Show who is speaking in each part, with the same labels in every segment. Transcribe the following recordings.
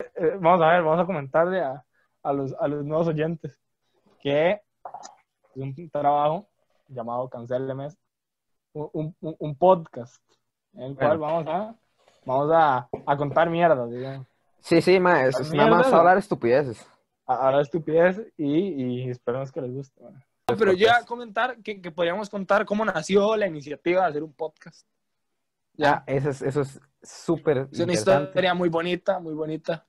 Speaker 1: eh, vamos a ver, vamos a comentarle a, a los, a los nuevos oyentes que es un trabajo llamado Cancéleme, un, un, un podcast en el cual vamos a, vamos a, a contar mierda, digamos.
Speaker 2: Sí, sí, ma, es, es nada más
Speaker 1: Mierda.
Speaker 2: hablar estupideces.
Speaker 1: A- Ahora estupidez y, y esperemos que les guste. ¿verdad? Pero yo iba a comentar que, que podríamos contar cómo nació la iniciativa de hacer un podcast.
Speaker 2: Ya,
Speaker 1: Ya,
Speaker 2: Ah, eso es eso es súper
Speaker 1: es una
Speaker 2: interesante.
Speaker 1: historia muy bonita, muy bonita.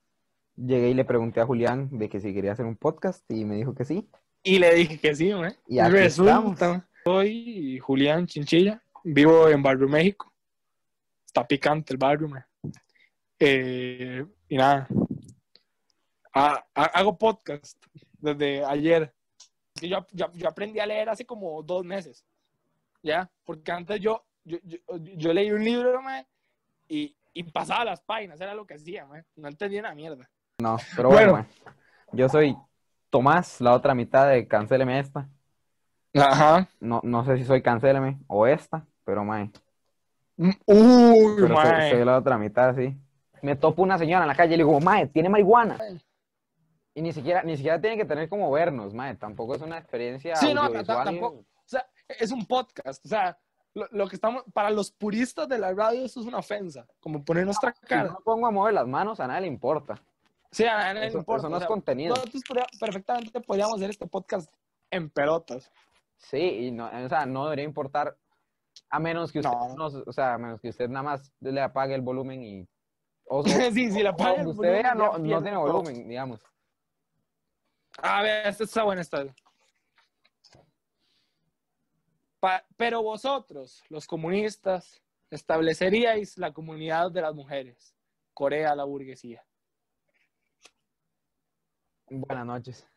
Speaker 2: Llegué y le pregunté a Julián de que si quería hacer un podcast y me dijo que sí.
Speaker 1: Y le dije que sí, ¿eh?
Speaker 2: Y aquí estamos.
Speaker 1: Soy Julián Chinchilla, vivo en Barrio México. Está picante el barrio, man. Eh, y nada. Ha- ha- hago podcast desde ayer. Y Yo, yo- yo aprendí a leer hace como dos meses. ¿Ya? Porque antes yo, yo, yo, yo leí un libro, man, y, y pasaba las páginas, era lo que hacía, man. No entendía una mierda.
Speaker 2: No, pero bueno,
Speaker 1: Bueno.
Speaker 2: ma, yo soy Tomás, la otra mitad de Cancéleme esta.
Speaker 1: Ajá.
Speaker 2: No, no sé si soy Cancéleme o esta, pero mae.
Speaker 1: Uy,
Speaker 2: Pero soy,
Speaker 1: mae.
Speaker 2: soy la otra mitad, sí. Me topo una señora en la calle y le digo, mae, tiene marihuana. Y ni siquiera, ni siquiera tiene que tener como vernos, mae. Tampoco es una experiencia
Speaker 1: Sí, no,
Speaker 2: audiovisual
Speaker 1: ta- ta-
Speaker 2: ni-
Speaker 1: tampoco. O sea, es un podcast. O sea, lo, lo que estamos. Para los puristas de la radio, eso es una ofensa. Como poner nuestra
Speaker 2: Si yo
Speaker 1: cara.
Speaker 2: Ah, no pongo a mover las manos, a nadie le importa.
Speaker 1: O sea, a nadie le
Speaker 2: Eso,
Speaker 1: importa,
Speaker 2: eso no
Speaker 1: o
Speaker 2: es
Speaker 1: sea,
Speaker 2: contenido.
Speaker 1: Nosotros podría- perfectamente podríamos hacer este podcast en pelotas.
Speaker 2: Sí, y no, o sea, no debería importar a menos que usted,
Speaker 1: No.
Speaker 2: nos- o sea, a menos que usted nada más le apague el volumen y o, o-
Speaker 1: sí, sí, la pues,
Speaker 2: o
Speaker 1: paga.
Speaker 2: donde usted vea no, no tiene volumen, digamos.
Speaker 1: A ver, esta está este. buena esta. Pa- pero vosotros, los comunistas, estableceríais la comunidad de las mujeres. Corea la burguesía.
Speaker 2: Buenas noches.